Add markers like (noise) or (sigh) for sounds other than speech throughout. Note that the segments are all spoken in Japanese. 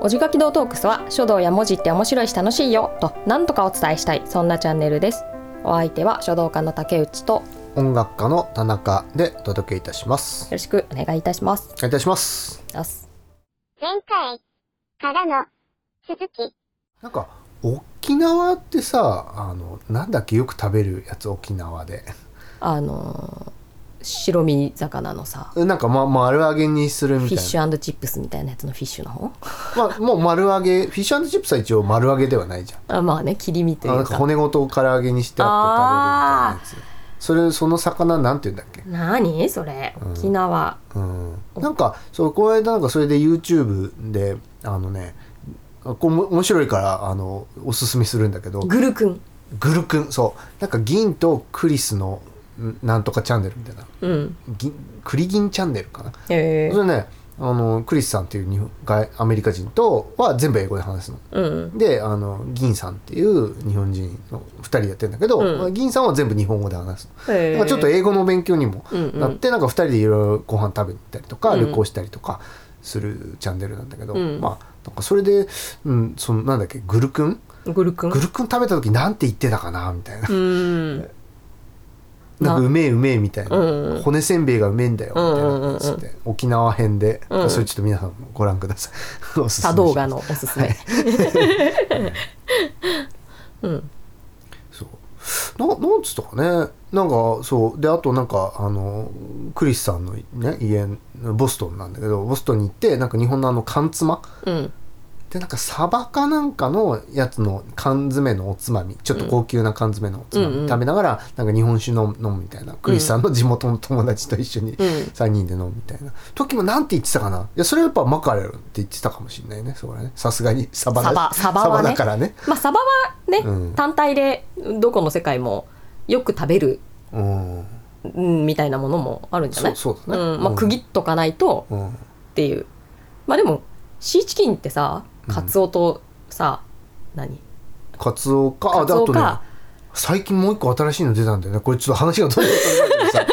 おじがき堂トークスは書道や文字って面白いし楽しいよとなんとかお伝えしたいそんなチャンネルですお相手は書道家の竹内とよ音楽家の田中でお届けいたします。ろしくお願いいたしますお願いいたします。あす前回からの続き。なんか沖縄ってさ、あのなんだっけよく食べるやつ沖縄で、あのー白身魚のさなんかまあ丸揚げにするフみィッたいシュチップスみたいなやつのフィッシュの方な。まあもう丸揚げ、フィッシュチップスは一応丸揚げではないじゃん。あまあね切り身といあなうんかか骨ごと唐揚げにしてあって食べるみたいなやつ。それその魚なんて言うんだっけ？何それ沖縄、うん、なんかそうこの間なんかそれで YouTube であのねこうも面白いからあのおすすめするんだけどグルクングルクンそうなんか銀とクリスのんなんとかチャンネルみたいなうん銀クリギンチャンネルかなへえそれねあのクリスさんっていう日本外アメリカ人とは全部英語で話すのうんであの銀さんっていう日本人の2人でやってるんだけど、うんまあ銀さんは全部日本語で話すのへえなんかちょっと英語の勉強にもうんうんなって、なんか2人でいろいろご飯食べに行ったりとかうん旅行したりとかするチャンネルなんだけど、うんまあなんかそれで、うん、そのなんだっけグルクングルクングルクン食べた時なんて言ってたかなみたいなう。ーんなんかうめえうめえみたいな、うん骨せんべいがうめえんだよみたいなうんうんうんうんつって沖縄編で、うんそれちょっと皆さんもご覧ください (laughs) おすす茶めします動画のおすすめ、うんそうななんつったかねなんかそうであとなんかあのクリスさんの、ね、家ボストンなんだけどボストンに行ってなんか日本のあの缶つまうんでなんかサバかなんかのやつの缶詰のおつまみちょっと高級な缶詰のおつまみ、うんうん食べながらなんか日本酒飲む飲むみたいなクリスさんの地元の友達と一緒うにん3人で飲むみたいな時もなんて言ってたかないやそれはやっぱマカレルって言ってたかもしれないねそれはねさすがにサバだサバサバはねサだからね、まあサバはね、うん単体でどこの世界もよく食べる、うん、うん、みたいなものもあるんじゃないそうそうだねんまあ、うん区切っとかないとうん、っていう、まあでもシーチキンってさカツオとさ、何カツオかあカでツあオとねか、最近もう一個新しいの出たんだよねこれちょっと話がどんどん飛んでる (laughs) けどさ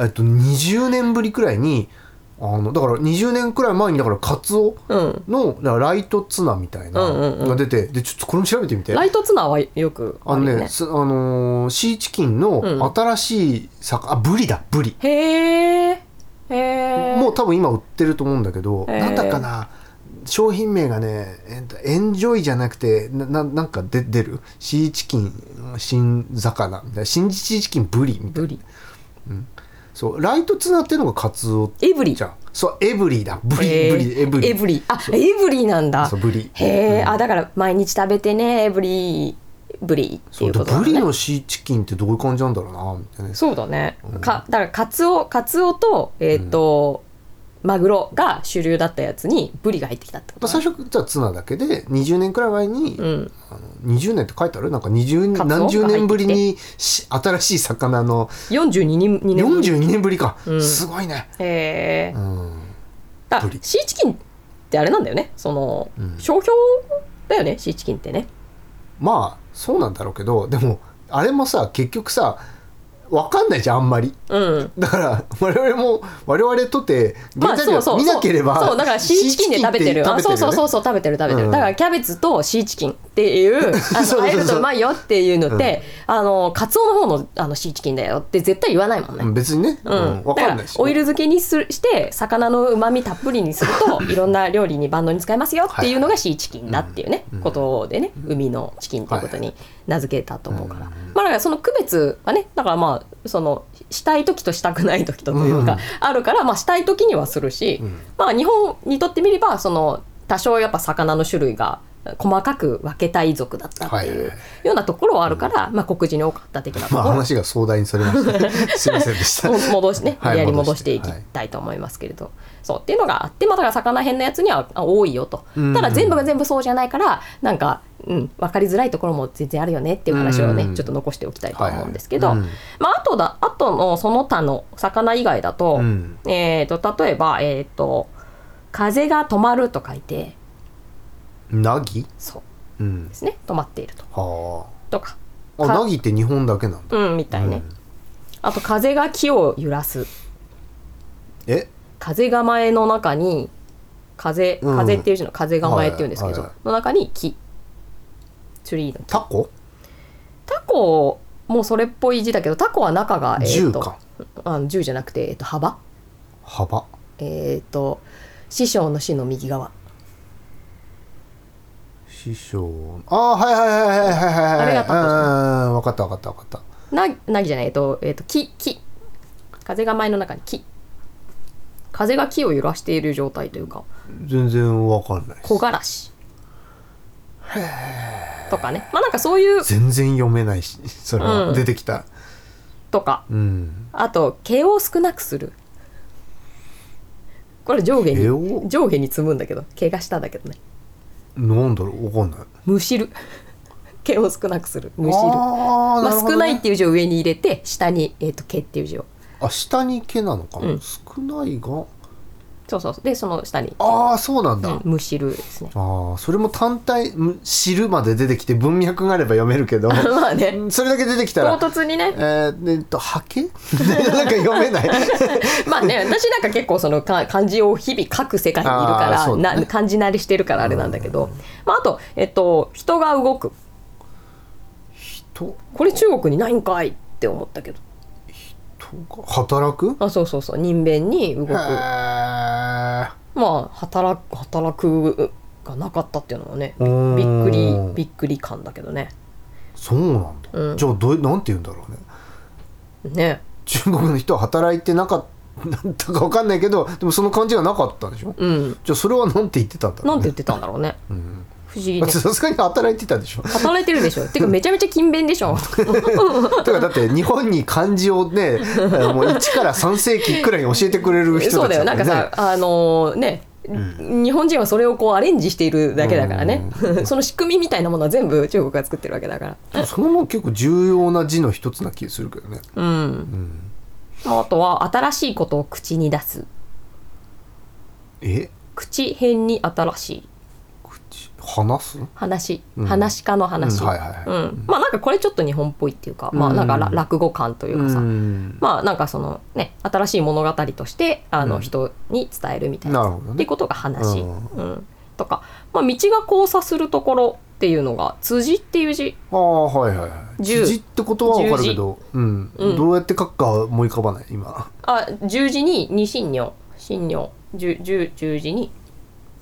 えっと20年ぶりくらいにあのだから20年くらい前にだからカツオうんのだからライトツナみたいなうんうんうんのが出て、でちょっとこれも調べてみてライトツナはよくああのるねよねすあのーシーチキうンんの新しい魚、あブリだブリへえへえもう多分今売ってると思うんだけど、えーなんだかな商品名がねえっとエンジョイじゃなくてなななんかで出るシーチキン新魚みたいな新シーチキンブリみたいブなリそうライトツナっていうのがカツオエブリじゃんそうエブリだブリ、へーブリエブリエブリあエブリなんだそうブリへえ、あだから毎日食べてねエブリブリってそいううこだとだ、ね、ブリのシーチキンってどういう感じなんだろうなみたいなねそうだね、かだからカツオカツオとえっ、と、マグロが主流だったやつにブリが入ってきたってことまあ、最初じゃあツナだけで20年くらい前に、うんあの20年って書いてあるなんか20カツオ何十年ぶりにし新しい魚の42人2年42年ぶりか、うんすごいね、えーうん、だブリシーチキンってあれなんだよねその、うん商標だよねシーチキンってねまあそうなんだろうけどでもあれもさ結局さわかんないじゃんあんまりうんだから我々も我々とてまあ現在でそうそうは見なければ、そうそうだからシーチキンで食べてるシーあチキンそってうそうそう食そう食べてる食べてる、うんだからキャベツとシーチキンって (laughs) いうあそうそうそのあうえるとうまいよっていうのって、あのカツオの方のあのシーチキンだよって絶対言わないもんねべてるよねうん別にね、ううんん、わかんだかならいしオイル漬けにするして魚のうまみたっぷりにする (laughs) といろんな料理に万能に使えますよっていうのがシーチキンだっていうね、ことでね海のチキンということに名付けたと思うから、うんまあだからその区別はねだからまあそのしたい時としたくない時とというか、うんあるからまあしたい時にはするし、んまあ日本にとってみればその多少やっぱ魚の種類が細かく分けたい族だったってはいいはいうはいようなところはあるから、まあ黒人に多かった的なとこまあろ話が壮大にそれましたね (laughs) すいませんでしたも戻しね、はい無理やり戻していきはいたいと思いますけれど、そうっていうのがあってまあだから魚編のやつにはあ多いよと、うんただ全部が全部そうじゃないからなんか、うん、分かりづらいところも全然あるよねっていう話をね、うんちょっと残しておきたいと思うんですけど、はいはいうんまああとだあとのその他の魚以外だと、うんえっ、と例えばえっ、と風が止まると書いてなぎそううんですね止まっているとはとかああかなぎって日本だけなんだうんみたいね、うんあと風が木を揺らすえ風構えの中に風うん風っていう字の風構えっていうんですけど、はいはいはの中に木ツリーのタコタコもうそれっぽい字だけどタコは中が、えー10とかあの銃じゃなくて、えー、と幅幅えっ、と師匠の師の右側、師匠ああはいはいはいはいはいはいあれがタコですねうんうんうん分かった分かった分かったななぎじゃないえっ、と,、えー、と木木風構えの中に木風が木を揺らしている状態というか全然分かんないです木枯らしとかねまあなんかそういう全然読めないしそれうはん出てきたとかうんあと毛を少なくするこれ上下毛をに上下に積むんだけど毛が下だけどねなんだろう分かんないむしる (laughs) 毛を少なくするむしるあーまあ、るほ少どなねいっていう字を上に入れて下に、えー、と毛っていう字をあ下に毛なのかも、うん少ないがそうそうそうでその下にああそうなんだ、うんむしるですねああそれも単体む知るまで出てきて文脈があれば読め (laughs) るけどまあねそれだけ出てきた唐ら突にえねー、えっと波形 (laughs) なんか読めない (laughs) まあね私なんか結構そのか漢字を日々書く世界にいるかあーそうら、だねな漢字慣れしてるからあれなんだけど、まあ、あと、えっと、人が動く人これ中国にないんかいって思ったけど人が働くあそうそうそう人弁に動くへまーあ働く働くがなかったっていうのはねうーんびっくりびっくり感だけどねそうなんだ、うんじゃあどうなんて言うんだろうねね中国の人は働いてなかったか分かんないけどでもその感じがなかったんでしょ、うんじゃあそれはなんて言ってたんだろなうんて言ね、ってたんだろうねうん不思議だっねてさすがに働いてたでしょ働いてるでしょてかめちゃめちゃ勤勉でし (laughs) ょだからだって日本に漢字をね (laughs) もう1から3世紀くらいに教えてくれる人そうただちよなんかからさねあのね日本人はそれをこうアレンジしているだけだからね (laughs) その仕組みみたいなものは全部中国が作ってるわけだからでもそのも結構重要な字の一つな気するけどねうん、あとは新しいことを口に出すえ口変に新しい口話す話、うん話し家の話、うんはいはいはいうんまあなんかこれちょっと日本っぽいっていうか、まあなんかうらん落語感というかさ、んまあなんかそのね新しい物語としてあうんの人に伝えるみたいな,、なるほどってねことが話、ううんんとか、まあ、道が交差するところっていうのが辻っていう字ああはいはいはい十字ってことは分かるけど、うんうんどうやって書くか思い浮かばない今あ十字に二神尿神尿十十十字に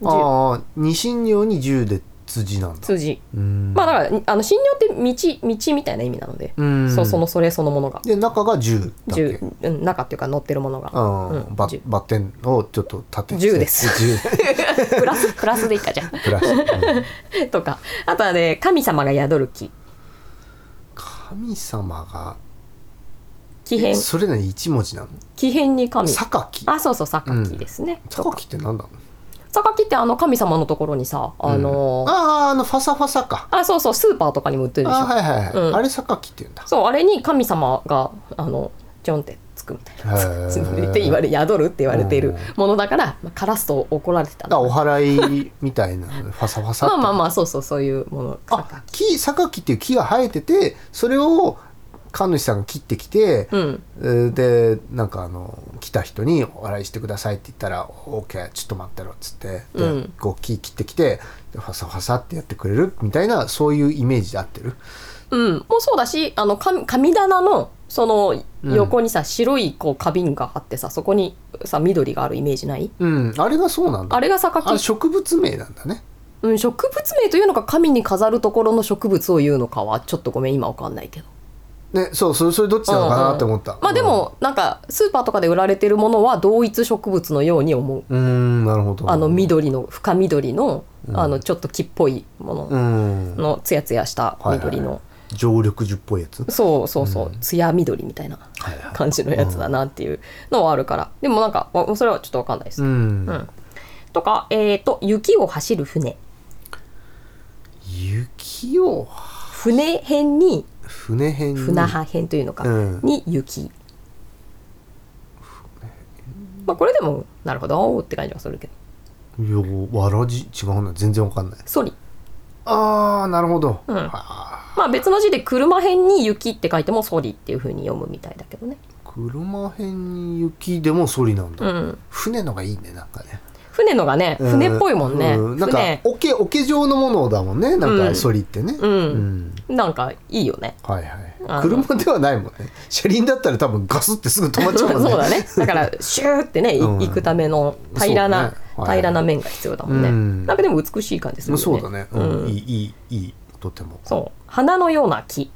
十ああ二神尿に十で辻なんだ辻うんまあだからあの神尿って道道みたいな意味なので、うんそうそのそれそのものがで中が十だっけ十うん中っていうか乗ってるものがうんうんバ十バッテンをちょっと立てて十です十プ (laughs) ラスプラスでいいかじゃプラス、うんんとかあとはね神様が宿る木神様が木変それなり一文字なの木変に神榊あそうそう榊ですね、榊って何なの榊ってあの神様のところにさあのーあああのファサファサかあそうそうスーパーとかにも売ってあるでしょはいはいはい、うんあれ榊って (laughs) 言うんだそうあれに神様があのジョンってつくみたいなへーつぶれて言われ宿るって言われているものだから、まあ、カラスと怒られてただからおの祓いみたいなファサファサっまてあまあまあそうそうそういうものあ木榊っていう木が生えててそれを神主さんが切ってきて、うんえーでなんかあの来た人に「お笑いしてください」って言ったら「オーケーちょっと待ってろ」っつってで、うんこう木切ってきてファサファサってやってくれるみたいなそういうイメージで合ってるうん、もうそうだしあの神神棚のそのうん横にさ、白いこう花瓶があってさそこにさ緑があるイメージないうんあれがそうなんだあれがあれ榊、植物名なんだねうん、植物名というのか神に飾るところの植物を言うのかはちょっとごめん今わかんないけどねそうそれそれどっちなのかなって思った、まあでもなんかスーパーとかで売られてるものは同一植物のように思ううんうーんなるほどあの緑の深緑のうんあのちょっと木っぽいものうんのツヤツヤした緑はいはいの常緑樹っぽいやつそうそうそうツヤ緑みたいなはいはい感じのやつだなっていうのはあるからでもなんかわそれはちょっとわかんないですうん、うんとか、えー、と雪を走る船雪を船編に船辺に船派編というのか、うんに雪、まあ、これでもなるほどって感じはするけどいやわらじ違うな全然わかんないソリああなるほど、うんあまあ別の字で車編に雪って書いてもソリっていう風に読むみたいだけどね、ー車辺に雪でもソリなんだ、うん、船のがいいねなんかね船のがねうん船っぽいもんね、うなんか船桶桶状のものだもんねなんうかんそりってねうんんなんかいいよねはいあはのい車ではないもんね車輪だったら多分ガスってすぐ止まっちゃう (laughs) もんねそうだねだからシューってねいうん行くための平らな、そうねはい平らな面が必要だもんね、うんなんかでも美しい感じすまるあよねそうだね、ううんんいいいいいいとてもそう花のような木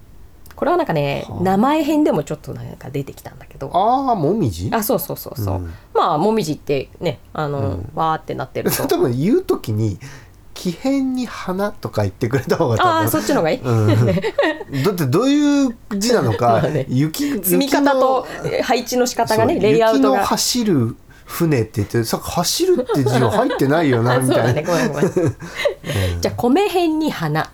これはなんかね、はあ名前編でもちょっとなんか出てきたんだけどああもみじあそうそうそうそう、うんまあもみじってねあの、うんわーってなってると多分言う時に「木片に花」とか言ってくれた方が多分ああそっちの方がいい、うん、だってどういう字なの (laughs) まかあね雪雪積み方とえ配置の仕方がねそうレイアウト雪のが走る船って言ってさっき走るって字は入ってないよなあ (laughs) みそうただいな、ねごめんごめん (laughs) じゃあ米辺に花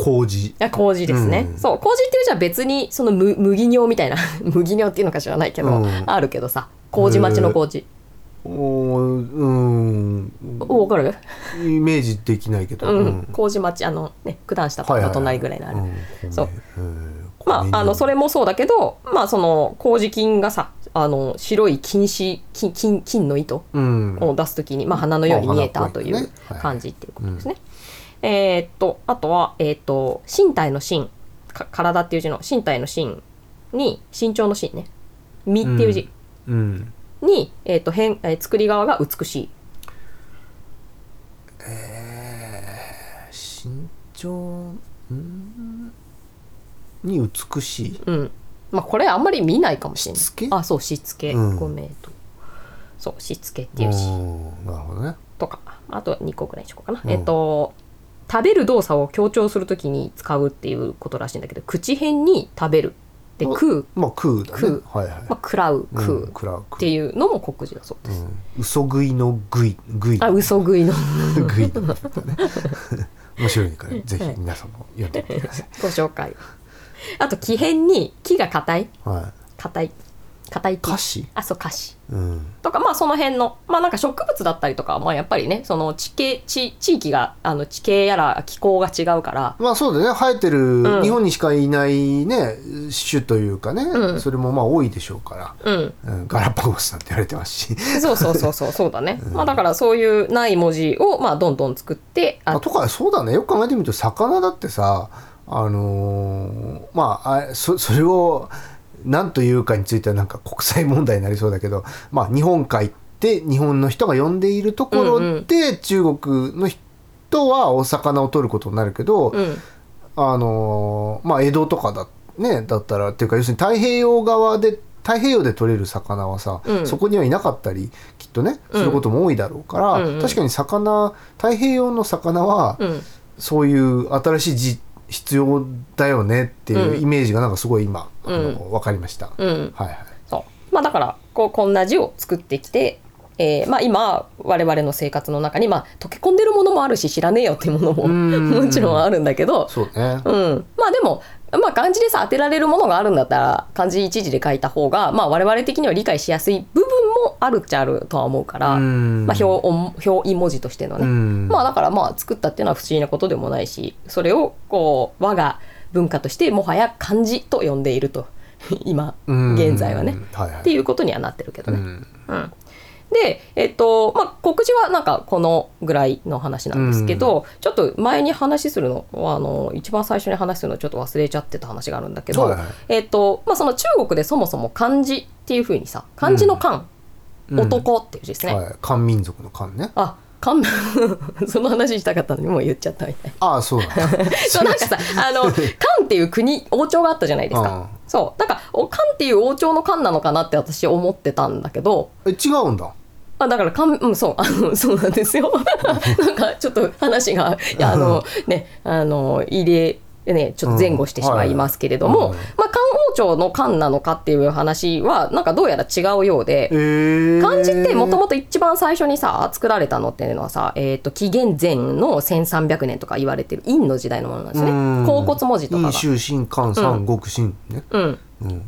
麹あ麹ですね、うんそう麹っていうじゃ別にそのむ麦尿みたいな (laughs) 麦尿っていうのか知らないけど、うんあるけどさ麹町の麹、おーうんお分かる、イメージできないけど、うんうん麹町あのね九段下とか隣ぐらいのある、うんそう米えーま米あ、あのそれもそうだけど、まあ、その麹菌がさあの白い菌糸菌菌菌の糸うんを出すときに、まあ、花のように見えたといまあ花うっぽいねはい感じっていうことですね。えーっとあとは、えーっと身体の身か体っていう字の身体の身に身長の身ね身っていう字うんに、えーっと変えー作り側が美しい身長うんに美しいうん。まあ、これあんまり見ないかもしれない。しつけあ、そう、しつけ。うんごめんと。そう、しつけっていううし。んなるほどねとか。あと2個ぐらいにしようかな。うんえっと、食べる動作を強調するときに使うっていうことらしいんだけど、口辺に食べる。で、お食う。まあ食うだね食うはいはい、まあ、食らう、食うんう。食らうっていうのも国字だそううです。ん、嘘食いの食い食いあ、嘘食いの。食い (laughs) のとかね面白いからぜひ皆さんも読んでみてください、ご紹介。あと、木辺に、木が硬い。はい、硬い。硬い木歌。詞、あ、そう、歌詞。うん、とかまあその辺のまあなんか植物だったりとかはまあやっぱりねその地形地地域があの地形やら気候が違うからまあそうだね生えてる、うん日本にしかいないね種というかね、うんそれもまあ多いでしょうかうんら、うん、ガラパゴスなんて言われてますしそうそうそうそうそうだね、まあだからそういうない文字をまあどんどん作ってああとかそうだねよく考えてみると魚だってさあのーまああそそれを何というかについてはなんか国際問題になりそうだけど、まあ、日本海って日本の人が呼んでいるところで、うんうん中国の人はお魚を取ることになるけど、うんあのーまあ江戸とかだ,、ね、だったらっていうか要するに太平洋側で太平洋で取れる魚はさ、うんそこにはいなかったりきっとねすることも多いだろうから、うんうん確かに魚太平洋の魚は、うんそういう新しい字必要だよねっていうイメージがなんかすごい今、あの分かりました、うんはいはいそうまあだからこうこんな字を作ってきて、えーまあ今我々の生活の中にまあ溶け込んでるものもあるし知らねえよっていうものもうんもちろんあるんだけどそうねうん、まあでも、まあ、漢字でさ当てられるものがあるんだったら漢字一字で書いた方が、まあ、我々的には理解しやすい部分もあるっちゃあるとは思うから、うんまあ、表音表意文字としてのね、うんまあだからまあ作ったっていうのは不思議なことでもないしそれをこう我が文化としてもはや漢字と呼んでいると (laughs) 今うん現在はね、はいはいっていうことにはなってるけどうね。んうんで、えっと、まあ、告示はなんかこのぐらいの話なんですけど、ちょっと前に話するの、あの、一番最初に話するのちょっと忘れちゃってた話があるんだけど、はいはいえっと、まあ、その中国でそもそも漢字っていうふうにさ、漢字の漢、うん男っていう字ですね。はい、漢民族の漢ねあ、漢、 (laughs) その話したかったのにもう言っちゃったみ (laughs) たい。ああそうだ (laughs) そうなんかさ、あの、漢っていう国、王朝があったじゃないですうか。んそう。なんか、お漢っていう王朝の漢なのかなって私思ってたんだけど、え違うんだあだからかん、うん、そう、あの、そうなんです (laughs) よ。なんか、ちょっと話が、いやあの、ね、あの、入れ、ね、ちょっと前後してしまいますけれども、うんはいまあ、漢王朝の漢なのかっていう話は、なんかどうやら違うようえで、ー、漢字ってもとももと一番最初にさ、作られたのっていうのはさ、えっ、と、紀元前の1300年とか言われてる、陰の時代のものなんですね。甲骨文字とかが。陰州新漢三国新ね、うん、うん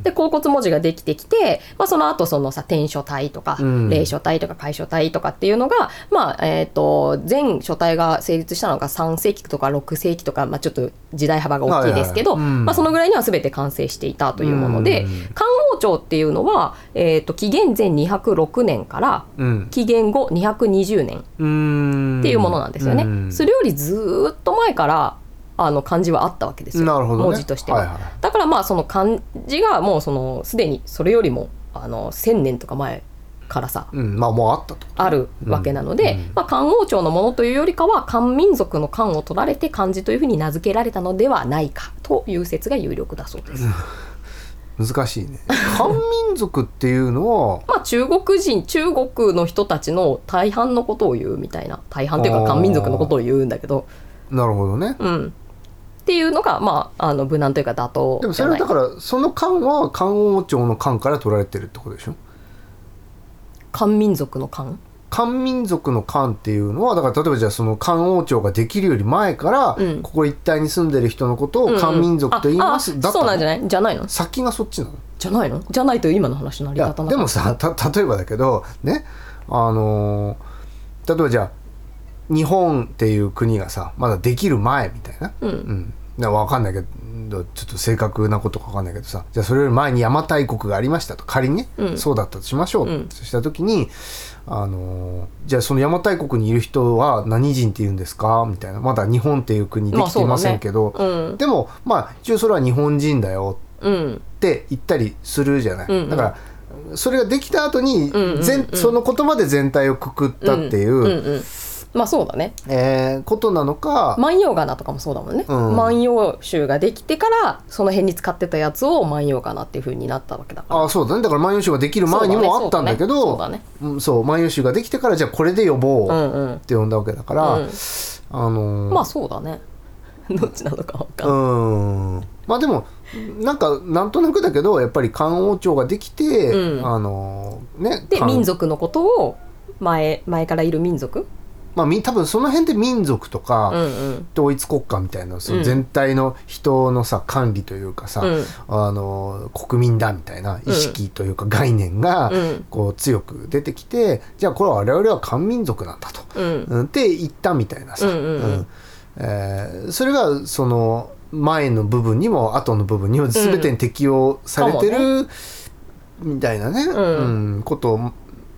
で甲骨文字ができてきて、まあ、その後そのさ篆書体とかうん隷書体とか楷書体とかっていうのが、まあえー、と全書体が成立したのが3世紀とか6世紀とか、まあ、ちょっと時代幅が大きいですけど、はいはいうんまあ、そのぐらいには全て完成していたというもので、うん漢王長っていうのは、えー、と紀元前206年からうん紀元後220年うーんっていうものなんですよね。うんそれよりずーっと前からあの漢字はあったわけですよ。なるほど、ね、文字としては。はいはいだからまあその漢字がもうそのすでにそれよりもあの1,000年とか前からさうん、まあもうあったとあるわけなので、うんうんまあ、漢王朝のものというよりかは漢民族の漢を取られて漢字というふうに名付けられたのではないかという説が有力だそうです。難しい (laughs) ね漢民族っていうのはまあ、中国人中国の人たちの大半のことを言うみたいな大半というかあー漢民族のことを言うんだけど、なるほどねうん、っていうのが、まあ、あの無難というか妥当でもじそゃれなはいだからその漢は漢王朝の漢から取られてるってことでしょ漢民族の漢漢民族の漢っていうのはだから例えばじゃあその漢王朝ができるより前から、うんここ一帯に住んでる人のことうんうをん漢民族と言いまあす、あだったそうのなんじゃないじゃないの先がそっちなのじゃないのじゃないと今の話成いりや立たなでいもさた例えばだけどねあのー例えばじゃあ日本っていう国がさまだできる前みたいな、うんうん、なわかんないけどちょっと正確なことかわかんないけどさじゃあそれより前に邪馬台国がありましたと仮にね、うんそうだったとしましょう、うんとした時に、あのーじゃあその邪馬台国にいる人は何人って言うんですかみたいなまだ日本っていう国できていませんけど、うんでもまあ一応それは日本人だようんって言ったりするじゃない、うんうんだからそれができた後に、うんうんうん全その言葉で全体をくくったっていう、うんうんまあそうだねえーことなのか、万葉仮名とかもそうだもんね、うん万葉集ができてからその辺に使ってたやつを万葉仮名っていうふうになったわけだからあそうだねだから「万葉集」ができる前にもあったんだけそどうだねうんそう「万葉集」ができてからじゃあこれで呼うぼうっんうんて呼んだわけだから、うんあのーまあそうだね (laughs) どっちなのかわかんうない、んまあでもなんかなんとなくだけどやっぱり漢王朝ができて、うんあのーねで漢民族のことを前前からいる民族、まあみ多分その辺で民族とか、うんうん統一国家みたいなそうんの全体の人のさ管理というかさ、うんあの国民だみたいな意識というか概念がうんこう強く出てきて、じゃあこれは我々は漢民族なんだと、うんうん、って言ったみたいなさ、うんうんうんえーそれがその前の部分にも後の部分にも全てに適用されてかるみたいなね、んうんことを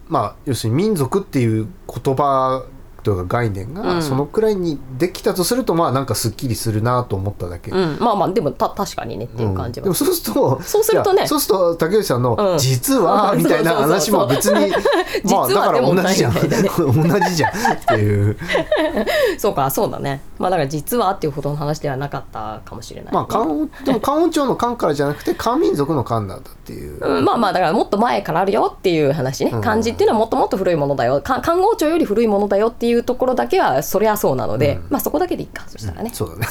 まあ要するに民族っていう言葉というか概念うがんそのくらいにできたとするとまあなんかすっきりするなと思っただけ。うんまあまあでもた確かにねっていう感じうは、んでもそうするとそうするとねいやそうすると竹内さんのうん「実は」みたいな話も別に (laughs) そうまあだから同じじゃん実はでもないみ (laughs) 同じじゃんっていうそうかそうだねまあだから実はっていうほどの話ではなかったかもしれない、まあ漢王でも漢王朝の漢からじゃなくて漢民族の漢なんだっていううん、まあまあだからもっと前からあるよっていう話ね、うん漢字っていうのはもっともっと古いものだよか漢王朝より古いものだよっていうところだけはそりゃそうなので、うんまあそこだけでいいかそしたらね、そ (laughs) うだね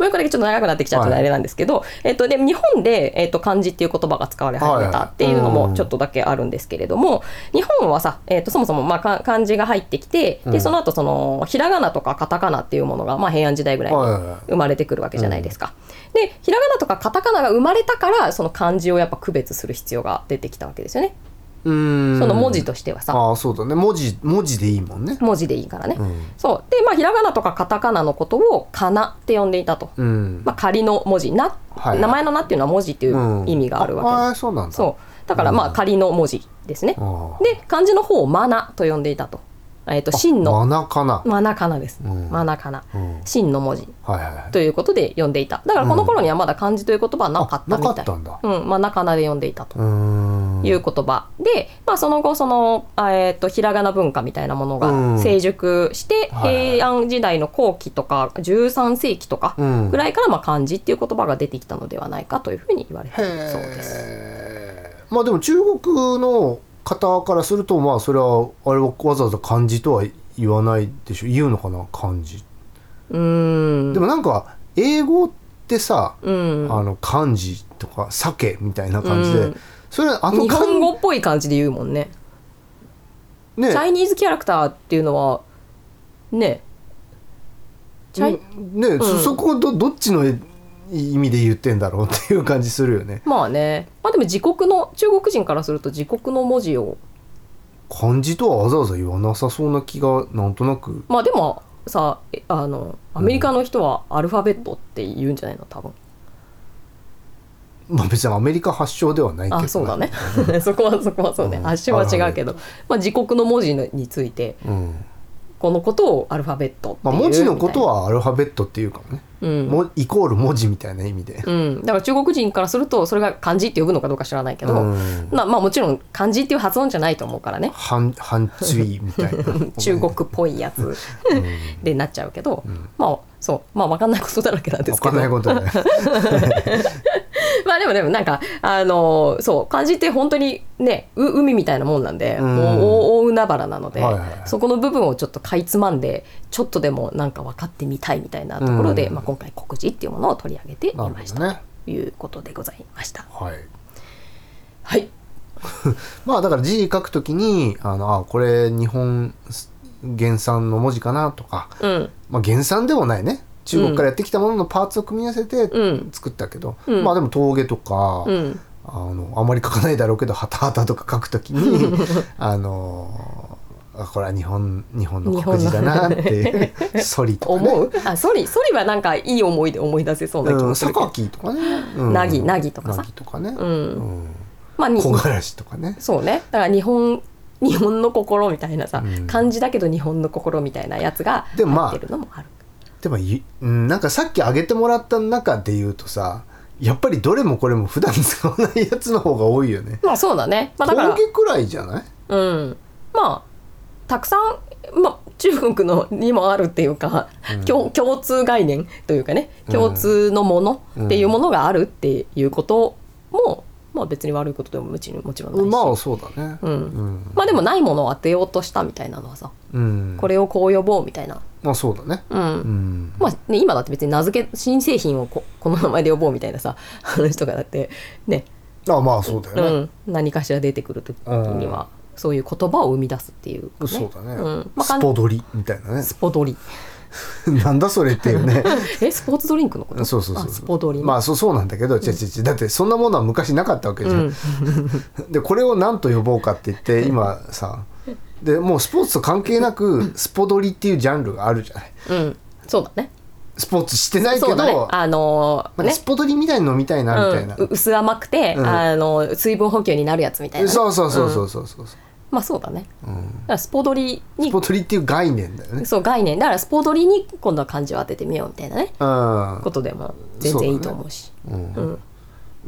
もう一個だけちょっと長くなってきちゃったのではあいれなんですけど、えっとで日本で、えっと漢字っていう言葉が使われ始めたっていうのはいもうんちょっとだけあるんですけれども、日本はさ、えっとそもそもまあか漢字が入ってきてうでんその後そのひらがなとかカタカナっていうものがまあ平安時代ぐらいにはいはいはい生まれてくるわけじゃないですか。でひらがなとかカタカナが生まれたからその漢字をやっぱ区別する必要が出てきたわけですよね。そそのの文字としてはさ、ああそうだね文字文字でいいもんね文字でいいからね。うんそうでまあひらがなとかカタカナのことを「かな」って呼んでいたと。うんまあ、仮の文字な、はい名前の「な」っていうのは文字っていうんう意味があるわけあであす、そうなんだそうだからまあ仮の文字ですね、ああで漢字の方を「マナ」と呼んでいたと,、えー、と真のマナか「なマナカナ」です「うんマナカナうん」真の文字はいはいはいということで呼んでいただからこの頃にはまだ漢字という言葉はなかあったなみたかい、なったんだうん、マナカナで呼んでいたとうーんいう言葉で、まあ、その後その、あえー、とひらがな文化みたいなものうがん成熟して、はいはい平安時代の後期とか13世紀とかうんぐらいからまあ漢字っていう言葉が出てきたのではないかというふうに言われているそうです。へーまあでも中国の方からするとまあそれはあれはわざわざ漢字とは言わないでしょ言うのかな漢字、うーんでもなんか英語ってさ、うんあの漢字とか鮭みたいな感じで、うんそれあの日漢本語っぽい感じで言うもんね。チャイねニーズキャラクターっていうのはねチャイ、ね、そそこどどっちの意味で言ってんだろうっていう感じするよねまあねまあでも自国の中国人からすると自国の文字を漢字とはわざわざ言わなさそうな気がなんとなくまあでもさえあのアメリカの人はアルファベットって言うんじゃないの多分。まあ、別にアメリカ発祥ではないけどあそうだね (laughs) そこはそこはそうねうん発祥は違うけど、まあ、自国の文字についてうんこのことをアルファベットっていうまあ、文字のこと、はアルファベットっていうかもね、みたいなうんもイコール文字みたいな意味で、うん、だから中国人からするとそれが漢字って呼ぶのかどうか知らないけど、うんなまあもちろん漢字っていう発音じゃないと思うからねハ (laughs) ンハンツイみたいな (laughs) 中国っぽいやつでなっちゃうけど、まあそうまあ分かんないことだらけなんでわすけかどんないこ (laughs) とだよまあでもでもなんかあのーそう漢字って本当にねう海みたいなもんなんで、うんもう大大海原なので、はいはいはいそこの部分をちょっとかいつまんでちょっとでもなんか分かってみたいみたいなところで、うんまあ、今回国字っていうものを取り上げてみなるましほどた、ねということでございました。はいはいまあだから字書くときにあのあこれ日本原産の文字かなとか、うんまあ、原産でもないね中国からやってきたもののパーツを組み合わせてうん作ったけど、うんまあでも峠とか、うんあのあまり書かないだろうけど「はたはた」とか書くときに (laughs) あのあこれは日本日本の国字だなっていう「ソリ」 (laughs) とか、ね、思うあソリソリはなんかいい思い出思い出せそうな気うもん、するけど、榊とかね、なぎなぎとかさなぎとかね、うんうんまあに木枯らしとかね、そうねだから日本日本の心みたいなさ、うん漢字だけど日本の心みたいなやつがでもまあ入ってるのもある、でもゆうんなんかさっき挙げてもらった中で言うとさやっぱりどれもこれも普段使わないやつの方が多いよねまあ、そうだねまあだから峠くらいじゃないうんまあたくさん、まあ、中国のにもあるっていうか、共共通概念というかねうん共通のものっていうものがあるっていうことも、まあ別に悪いことでももちろんもちろんないし、まあそうだねうんうん、まあでもないものを当てようとしたみたいなのはさうんこれをこう呼ぼうみたいな、まあそうだねうんうんまあね、今だって別に名付け新製品をこ (laughs) この名前で呼ぼうみたいなさ (laughs) 話とかだってね、あまあそうだうよね、ん、何かしら出てくる時にはそういう言葉を生み出すっていう、ね、そうだね、うんまあかスんポドリみたいなね (laughs) スポドリなんだそれっていうねえスポーツドリンクのことそうそうそうあスポドリ、まあそうそうなんだけど、違う違う違うだってそんなものは昔なかったわけじゃん、 (laughs) でこれを何と呼ぼうかって言って今さでもうスポーツと関係なくスポドリっていうジャンルがあるじゃないうん、そうだねスポーツしてないけそど、うだねあのーなんかねスポドリみたいの飲みたいなみたいな、うん、う薄甘くて、うんあのー水分補給になるやつみたいなね、そうそうそうそうそうそう、まあそうだね、だからスポドリスにポドリっていう概念だよねそう概念だからスポドリに今度は漢字を当ててみようみたいなねうことでも全然いいと思うしん、うん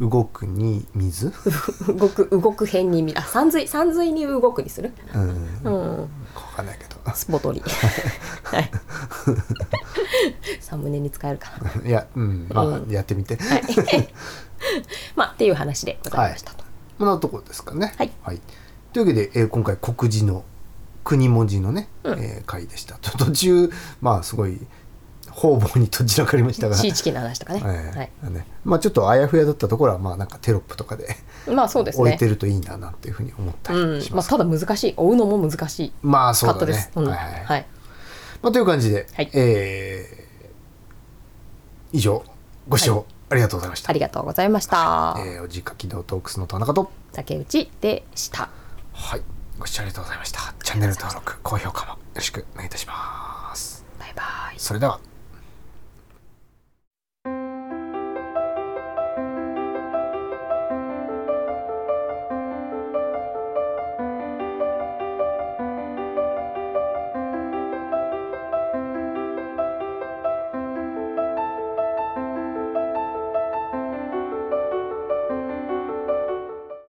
うん、動くに水、動く動く辺に見あ三髄三髄に動くにするうん、うんわかんないけど (laughs) スポドリはい (laughs) サムネに使えるかないやうんまあうんやってみて、はいまあっていう話でございましたと、こんなところですかねはい、というわけで、えー今回国字の国文字のね、うんえー回でしたと途中まあすごい方々にとっちらかりま (laughs) したが (laughs) シーチキンの話とかね、えーねまあちょっとあやふやだったところはまあなんかテロップとかではい、まあそうです置いねてるといいななんていうふうに思ったうんりしままあ、す、ただ難しい追うのも難しまあそかうっただでねす、うんはいはい、はいまあ、という感じで、はいえー以上ご視聴、ありがとうございましたありがとうございました、えーおじかきのトークスの田中と竹内でしたはいご視聴ありがとうございましたチャンネル登録高評価もよろしくお願いいたしますバイバイそれでは